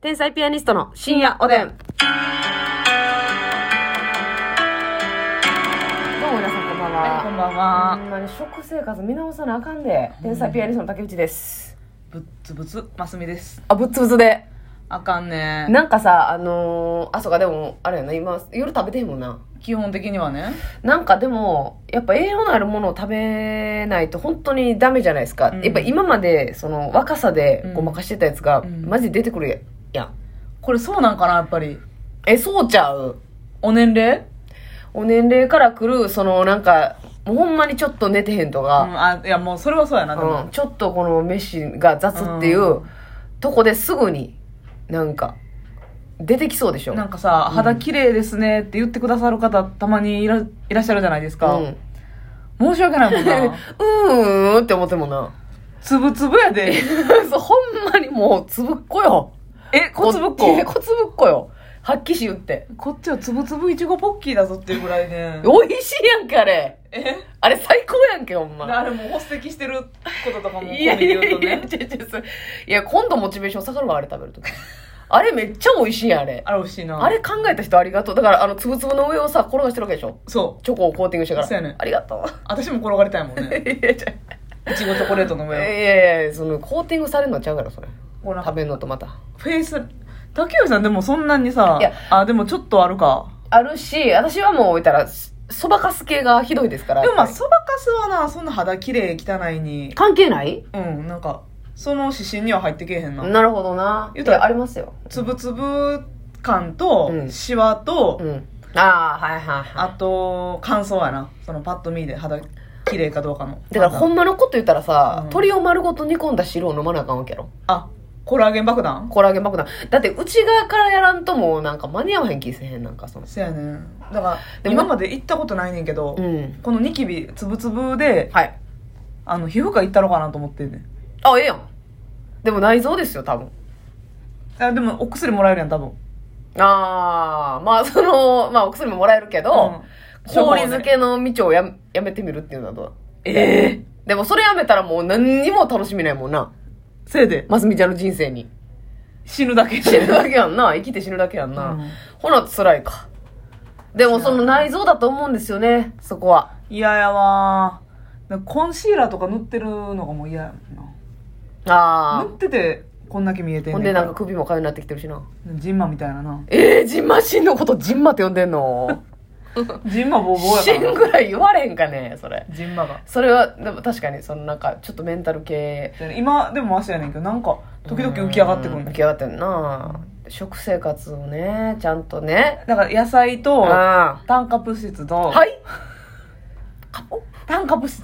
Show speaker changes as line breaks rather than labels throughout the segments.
天才ピアニストの深夜おでん。どうも皆さんこんばん
は
は。
い、こんばんは
ほ。んまに食生活見直さなあかんで。天才ピアニストの竹内です。
ぶっつぶつ、ますみです。
あ、ぶっつぶつで。
あかんね。
なんかさ、あのー、あ、そうか、でも、あれやな、今、夜食べてへんもんな。
基本的にはね。
なんかでも、やっぱ栄養のあるものを食べないと本当にダメじゃないですか。
うん
やっぱ今まで、その、若さでごまかしてたやつが、
うん
マジ出てくるやん。
これそうなんかな、やっぱり。
え、そうちゃう
お年齢
お年齢から来る、その、なんか、もうほんまにちょっと寝てへんと
あ
か、
あ、いや、もうそれはそうやな、で
う
も。
んちょっとこの飯が雑っていう、
うん
とこですぐに、なんか、出てきそうでしょ。
なんかさ、肌綺麗ですねって言ってくださる方、たまにいらいらっしゃるじゃないですか。
うん。
申し訳ないもんな。
うーんって思ってもな。
つぶつぶやで。
そうほんまにもう、つぶっこよ。
え、小粒っ
こっち
子。
こつぶっこよ。発揮し言って。
こっちはつぶつぶいちごポッキーだぞっていうぐらいね。
美味しいやんけ、あれ。
え
あれ最高やんけ、ほんま。
あれもう発石してることとかも込み
いや
で
いや
言うと
いや、
ね。
ちょちょそれいや、今度モチベーション下がるわ、あれ食べるとき。あれめっちゃ美味しいやん、あれ。
あれ美味しいな。
あれ考えた人ありがとう。だから、あの、つぶつぶの上をさ、転がしてるわけでしょ
そう。
チョコをコーティングしてから。
そうやねん
ありがとう。
私も転がりたいもんね。
いや、ちょ
いちごチョコレートの
い
上を。
やいや、その、コーティングされるのちゃうから、それ。
ほら
食べんのとまた。
フェイス竹内さんでもそんなにさ
いや
あでもちょっとあるか
あるし、私はもう置いたら、そそばかす系がひどいですから。
でもまあ
やっぱ
そばかすはなそんな肌綺麗汚いに
り関係ない
うんなんかその指針には入ってけえへんな
なるほどな。
言うたら
いやありますよ。
つぶつぶ感と
うん
シワと、
うん。ああ、はいはいはい。
あと乾燥やなそのパッと見で肌綺麗かどうかの
だからほんまのこと言ったらさ、
うん
鶏を丸ごと煮込んだ汁を飲まなあかんわけやろ
あコラーゲン爆弾
コラーゲン爆弾だって内側からやらんともうなんか間に合わへん気せへんなんかその
せやねんだか
で
ら
も
今まで行ったことないねんけど、
うん
このニキビつぶつぶで
はい
あの皮膚科行ったろかなと思ってんねん
あええやんでも内臓ですよ多分
あでもお薬もらえるやん多分
ああまあそのまあお薬ももらえるけど、
うん
氷漬けの道をややめてみるっていうのはどうだ
ええ
でもそれやめたらもう何にも楽しみないもんな
せいで
ますみちゃんの人生に
死ぬだけ
死ぬだけやん な生きて死ぬだけやんな、
うん
ほな辛いかでもその内臓だと思うんですよねそこは
嫌やわだコンシーラーとか塗ってるのがもう嫌やもん
あ
な
あ
塗っててこんだけ見えてん
ほ
ね
ん
ん
でなんか首もかゆになってきてるしな。
ジンマみたいなな
えー、ジンマシンのことジンマって呼んでんの
ジンマボーボー
シ
や
ン
からな
ぐらい言われへんかね、それ。
ジンマが
それは、でも確かに、そのなんか、ちょっとメンタル系。
で今でもマシやねんけどなんか時々浮き上がってく
うん
る
浮
だ
き上がってんな食生活をね、ちゃんとね。
から野菜と
あ
タンカプ質と、
あ。はいカポ
タンカ プ質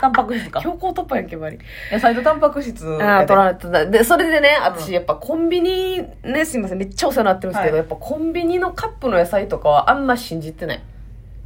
タンパク質か
強行突破やんけ、ばり。
野菜とタンパク質
ああ、取
ら
られてた。で、それでね、
う
私、
ん
やっぱコンビニ、ね、すいません、めっちゃお世話になってるんですけど、
は
やっぱコンビニのカップの野菜とかはあんま信じてない。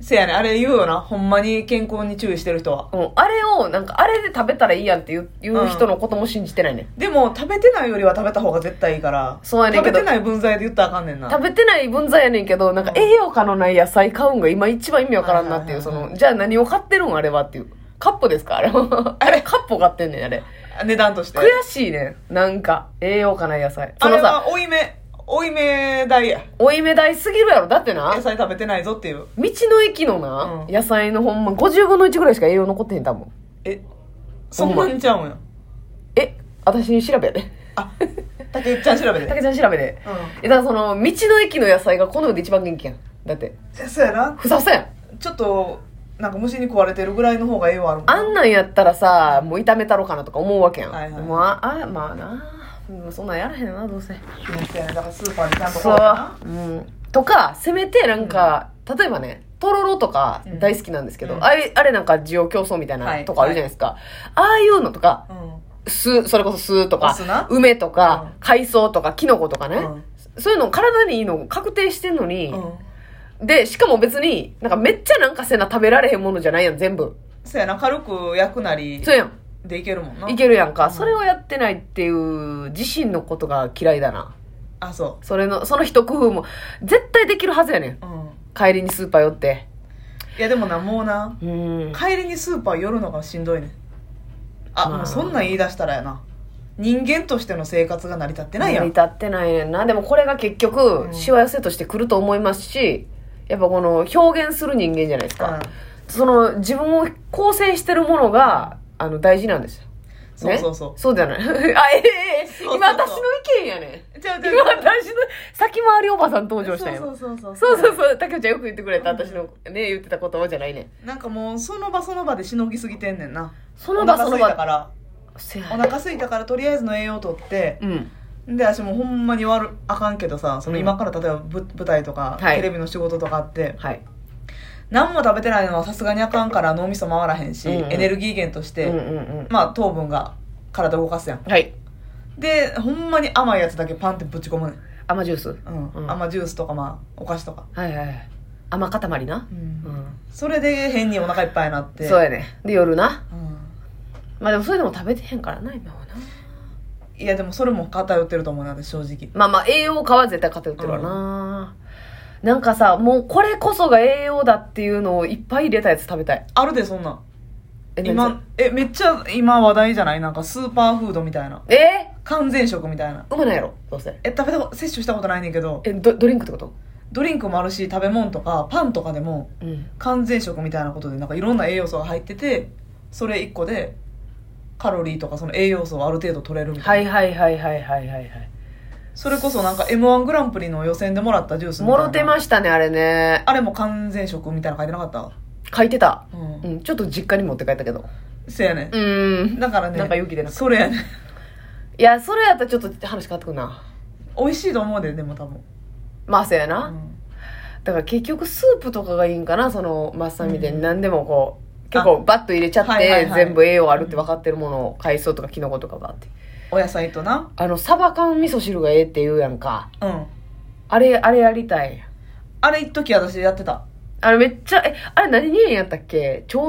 せやねんあれ言うよなほんまに健康に注意してる人は
うん、あれを、なんか、あれで食べたらいいやんっていういう人のことも信じてないね、
でも食べてないよりは食べた方が絶対いいから
そうやねんけど。
食べてない分際で言ったらあかんねんなん
食べてない分際やねんけど、なんか
うん
栄養価のない野菜買うんが今一番意味わからんなっていう、
はい
そ
はいはいはい
の、じゃあ何を買ってるんあれはっていう。カップですかあれ は。あれカップ買ってんねん、あれ。
値段として
悔しいねん。なんか、栄養価ない野菜。そ
あれ
のさ、
は追い目追い目代や
追い目代すぎるやろ。だってな
野、菜食べてないぞっていう
道の駅のな、
うん
野菜のほんま50分の1ぐらいしか栄養残ってへん、多分。
えそんなにちゃうんや
え、私に調べやで。
あ竹内ちゃん調べて
竹ちゃん調べで。
う
え、だからその、道の駅の野菜がこの世で一番元気やん。だって、
んそうやな
ふさふさやん。
ちょっとなんか虫に食われてるぐらいの方がええわあるもん
あんなんやったらさ、もう炒めたろかなとか思うわけやん。
はいはい
もうあ、あまあな。うんそんなんやらへんな、どうせ。
そうやねだからスーパーにちゃんと買
そう
か
う。うん。とか、せめてなんか、例えばね、とろろとか
うん
大好きなんですけど、
うん
あれ、あれなんか需要競争みたい
は
ないとかあるじゃないですか。ああいうのとか、
なうん
酢、それこそ酢とか
お酢な、
梅とか、
う
海藻とか、キノコとかね、
うん
そういうの体にいいの確定してんのに、
うん
で、しかも別に、なんかめっちゃなんかせな食べられへんものじゃないやん、全部。
そうやな軽く焼くなり
そうやん。
でいけるもんない
けるやんか、
うん
それをやってないっていう自身のことが嫌いだな
あそ
それのその一工夫も絶対できるはずやねん
ううん
帰りにスーパー寄って
いやでもなもうな
うん
帰りにスーパー寄るのがしんどいねんあ
まあ
もうそんなん言い出したらやな人間としての生活が成り立ってないや
成り
ん
立ってないねんなでもこれが結局
うん
しわ寄せとしてくると思いますしやっぱこの表現する人間じゃないですか、
うん
その自分を構成してるものがあの大事なんですよ
そうそうそう
そうじゃない あええええ
そうそうそう
今私の意見やね
じゃあ
今私の先回りおばさん登場したよ
そうそうそう
そうそうそう竹内ちゃんよく言ってくれた私のね言ってた言葉じゃないね
なんかもうその場その場でしのぎすぎてんねんな
その場
お腹
その
すいた
場
から
せ
お
や
腹すいたからとりあえずの栄養をとって
うん
で私もほんまに悪あかんけどさその
うん
今から例えばぶ舞台とか、
はい
テレビの仕事とかあって
はい
何も食べてないのはさすがにあかんから脳みそ回らへんし、
うんうん
エネルギー源とし
う
て、
んうんうん
まあ糖分が体動かすやん
はい
でほんまに甘いやつだけパンってぶち込むねん
甘ジュースは
うん、
うん
甘ジュースとかまあお菓子とか、
いはいはい甘塊なうん
それで変にお腹いっぱいになって
そうやねで夜な
うん
まあでもそれでも食べてへんからな今はない
やでもそれも偏ってると思うな私正直
まあまあ栄養価は絶対偏ってるわな、なんかさもうこれこそが栄養だっていうのをいっぱい入れたやつ食べたい
あるでそんなん
え何
今えめっちゃ今話題じゃないなんかスーパーフードみたいな
それえ
完全食みたいな
ー、うまないやろどうせ
え食べたこと摂取したことないねんけど
えドドリンクってこと
ドリンクもあるし食べ物とかパンとかでも
うん
完全食みたいなことでなんかいろんな栄養素が入っててそれ1個でカロリーとかその栄養素をある程度取れるみた
はいい
な、
はいはいはいはいはいはい
それこそなんか m 1グランプリの予選でもらったジュースみた
も
いな
ろてましたねあれね
あれも完全食みたいなの書いてなかっ
書いてた
たうん
うんちょっと実家に持って帰ったけど
せやねん
う、ーん
だからね
なんか勇気出なかった
それやねん
いやそれやったらちょっと話変わってくんな
美味しいと思うででも多分、
まあそうやな、
うん
だから結局スープとかがいいんかなそのマッサンみたいに
うん
何でもこう結
あ
構バッと入れちゃって、
はいはいはい
全部栄養あるって分かってるものを海藻とかキノコとかバって
お野菜とな
あのサバ缶味噌汁がええって言うやんか
うん
あれあれやりたい
あれ一時私やってた
あれめっちゃえあれ何にええんやったっけ腸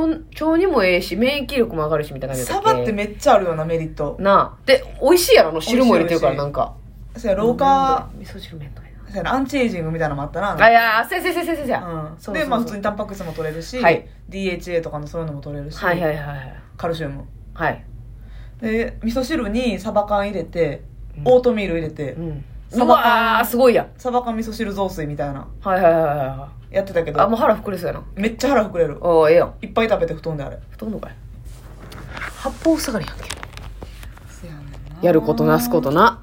腸にもええし免疫力も上がるしみたいな感じだ
サ
ったっ
バ
け
ってめっちゃあるようなメリット
なあで美味しいやろあの汁も入れてるから
美味
な
しい
んか
そうや老化
味噌汁めんどいな
そうやなアンチエイジングみたいなのもあったな
あいやせやせやせやせやせや、
うん
そうそうそう
でまあ普通にタンパク質も取れるし、
はい
DHA とかのそういうのも取れるし、
はいはいはいはい
カルシウム
はい
で味噌汁にサバ缶入れて
うん
オートミール入れて、
うん
サ
う
バ缶
わーすごいやん
サバ缶味噌汁雑炊みたいな
はいはいはいはいはい
やってたけ
あ、も
ど
う腹膨れそうやな。
めっちゃ腹膨れる
おーええやん。
いっぱい食べて布団であれ
太んのかい。八方塞がりやんけ。
せやねんな
やることなすことな。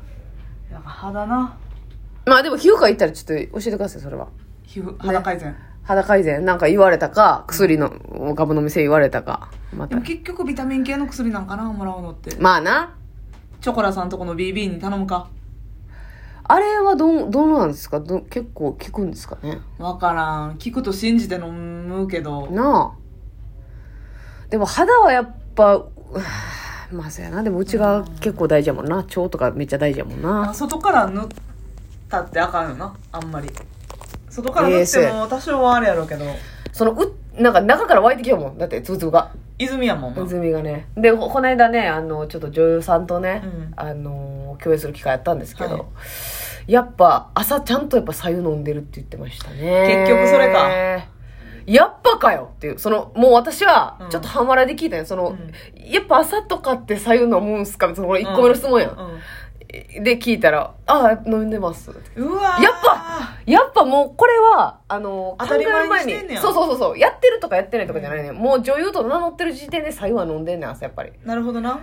やっぱ肌な
まあでも、皮膚科行ったらちょっと教えてください、それは。
皮膚肌改善、
肌改善、なんか言われたか、薬の、お株の店言われたか。ま
で
た
も。結局ビタミン系の薬なんかなもらうのって
まあな。
チョコラさんとこの BB に頼むか
あれはどん、どうなんですかど結構効くんですかね。
わからん聞くと信じて飲むけど
なあ。でも肌はやっぱ、うわぁまあそうやな。でもうちが結構大事やもんな。腸とかめっちゃ大事やもん
なん
な
か。外から塗ったってあかんよなあんまり外から塗
ええ
っ
そう
て
や
も多少はあれやろうけど、
その、う、なんか中から湧いてきようもん。だって、つぶつぶが。
泉やもんな、
泉がねでここの間ねあのちょっと女優さんとね、
うん
あの共演する機会あったんですけど、
は
やっぱ朝ちゃんとやっぱ白湯飲んでるって言ってましたね
結局それか
やっぱかよっていうそのもう私は
うん
ちょっとハマらで聞いたよその、
うん
やっぱ朝とかって白湯飲むんすかみたいなこれ1個目の質問やん、で聞いたら「ああ飲んでます」
うん、うわー
やっぱやっぱもうこれはあの
当たり前に
考える
してんねや
そうそうそうそうやってるとかやってないとかじゃないね、もう女優と名乗ってる時点で白湯は飲んでんねん朝やっぱり
なるほどな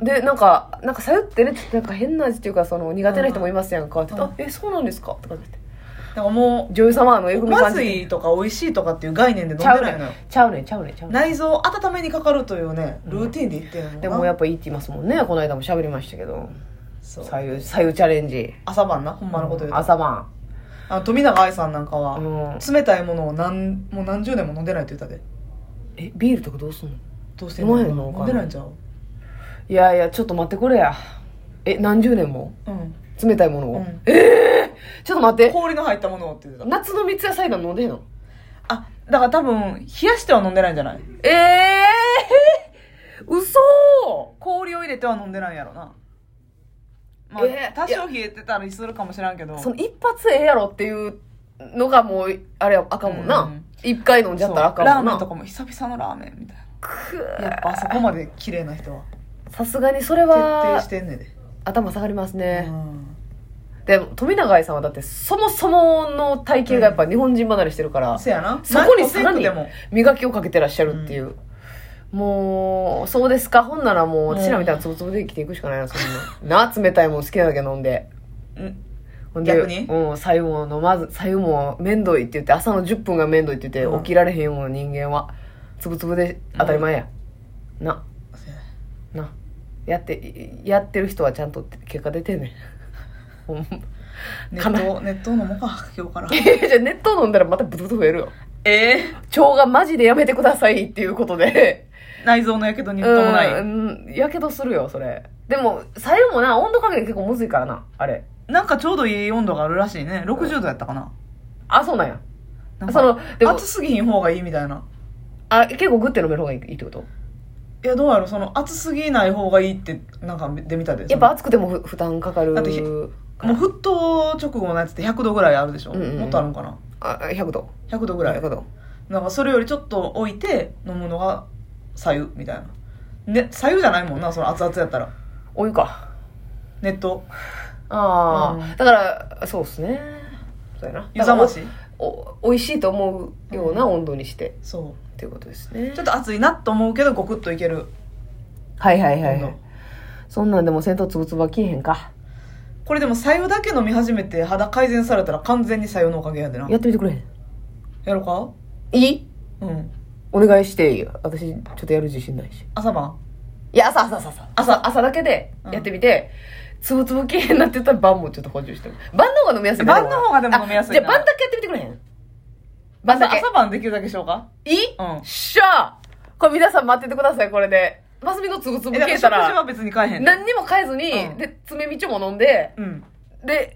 でなんか「なんかさゆってね」ってなんか変な味っていうかその苦手な人もいますやんかって言って「
う
あ
ん
えそうなんですか?」とかって言って
だからも
女優様はあのえ
う
ぐみ感
ま
じ
ず
て
いとか美味しいとかっていう概念で飲ん
ち
で
ゃう
な
ね
いのよ
んちゃうねんちゃうねんちゃうねん
内臓を温めにかかるというねルーティンで言ってるのな
でもやっぱいいって言いますもんねこの間も喋りましたけど
そう
左右左右チャレンジ
朝晩なほんまのこと言うと、
朝晩
あの富永愛さんなんかは、
うん
冷たいものを何もう何十年も飲んでないって言ったで
えビールとかどうすんの
どうしてんの
飲まへんの
飲んでないんちゃう
いやいやちょっと待ってこれやえ何十年も
うん、
冷たいものを、
うん
ちょっと待って
氷の入ったものをって言ってた
夏の三ツ矢サイダー飲んでへんの
あだから多分冷やしては飲んでないんじゃない
ええー、嘘
氷を入れては飲んでないんやろなまあ、
えー
多少冷えてたりするかもしらんけど
その一発ええやろっていうのがもうあれあかんもん
う
なん一回飲んじゃったらあ
そう
か
ラ
んも
ー
ん
メ
な
ンとかも久々のラーメンみたい
く
なやっぱあそこまで綺麗な人は
さすがにそれ
徹底
は
してんねんで、
頭下がります
う
ね、
ん
でも富永愛さんはだってそもそもの体型がやっぱ日本人離れしてるから、
せやな
そこにさら
何個
に
セットでも
磨きをかけてらっしゃるっていう、もうそうですかほんならもう
うん
私らみたいなつぶつぶで生きていくしかないなそんな な冷たいもん好きなだけ飲んで
うん
ほんで
逆に
うん白湯も飲まず白湯も面倒いって言って朝の10分が面倒いって言っ
う
て
ん
起きられへんような人間はつぶつぶで当たり前や、な
せや
なやってやってる人はちゃんと結果出てん ねんほんまかな
熱湯熱湯飲もうか今日から
いやじゃあ熱湯飲んだらまたブツブツ増えるよ
ええ
腸がマジでやめてくださいっていうこと で
内臓のやけどに伴い、
うんやけどするよそれでも白湯もな温度加減結構むずいからなあれ
なんかちょうどいい温度があるらしいね60度やったかな
あそうなんや
なんか
そのでも
熱すぎひん方がいいみたいな
あ結構グッて飲める方がいいってこと
いやどうやろその熱すぎない方がいいってなんかで見たで
やっぱ熱くてもふ負担かかる
だってひ
か
その
ら
もう沸騰直後のやつって100度ぐらいあるでしょ、
うんうん
もっとあるんかな
あ100度
100度ぐらい
100度
なんかそれよりちょっと置いて飲むのが左右みたいなね左右じゃないもんなその熱々やったら
お湯か
熱湯
ああ、
うん
だからそうっすねそうやな
湯冷まし
おお美味しいと思うような温度にして、
そ
っていうことですね
うちょっと熱いなと思うけどゴクッといける
はいはいはい、
温度
そんなんでも戦闘つぶつぶはきえへんか
これでも左右だけ飲み始めて肌改善されたら完全に左右のおかげやでな
や
や
ってみてくれへん
ろ
いい
うかうん
お願いしていいよ私ちょっとやる自信ないし
朝晩
いや朝朝朝朝朝朝だけでやってみて、つぶつぶきれいになって言ったら晩もちょっと補充しても晩の方が飲みやすい
晩の方がでも飲みやすいな
あじゃあ晩だけやってみてくれへん晩だけ
朝晩できるだけしようか
いい、
うん
しゃあこれ皆さん待っててくださいこれでマスミのつぶつぶ
え
消
だから
えた
食事は
ら
別に変えへん
何にも変えずに、
うん
で爪みちょも飲んで
うん
で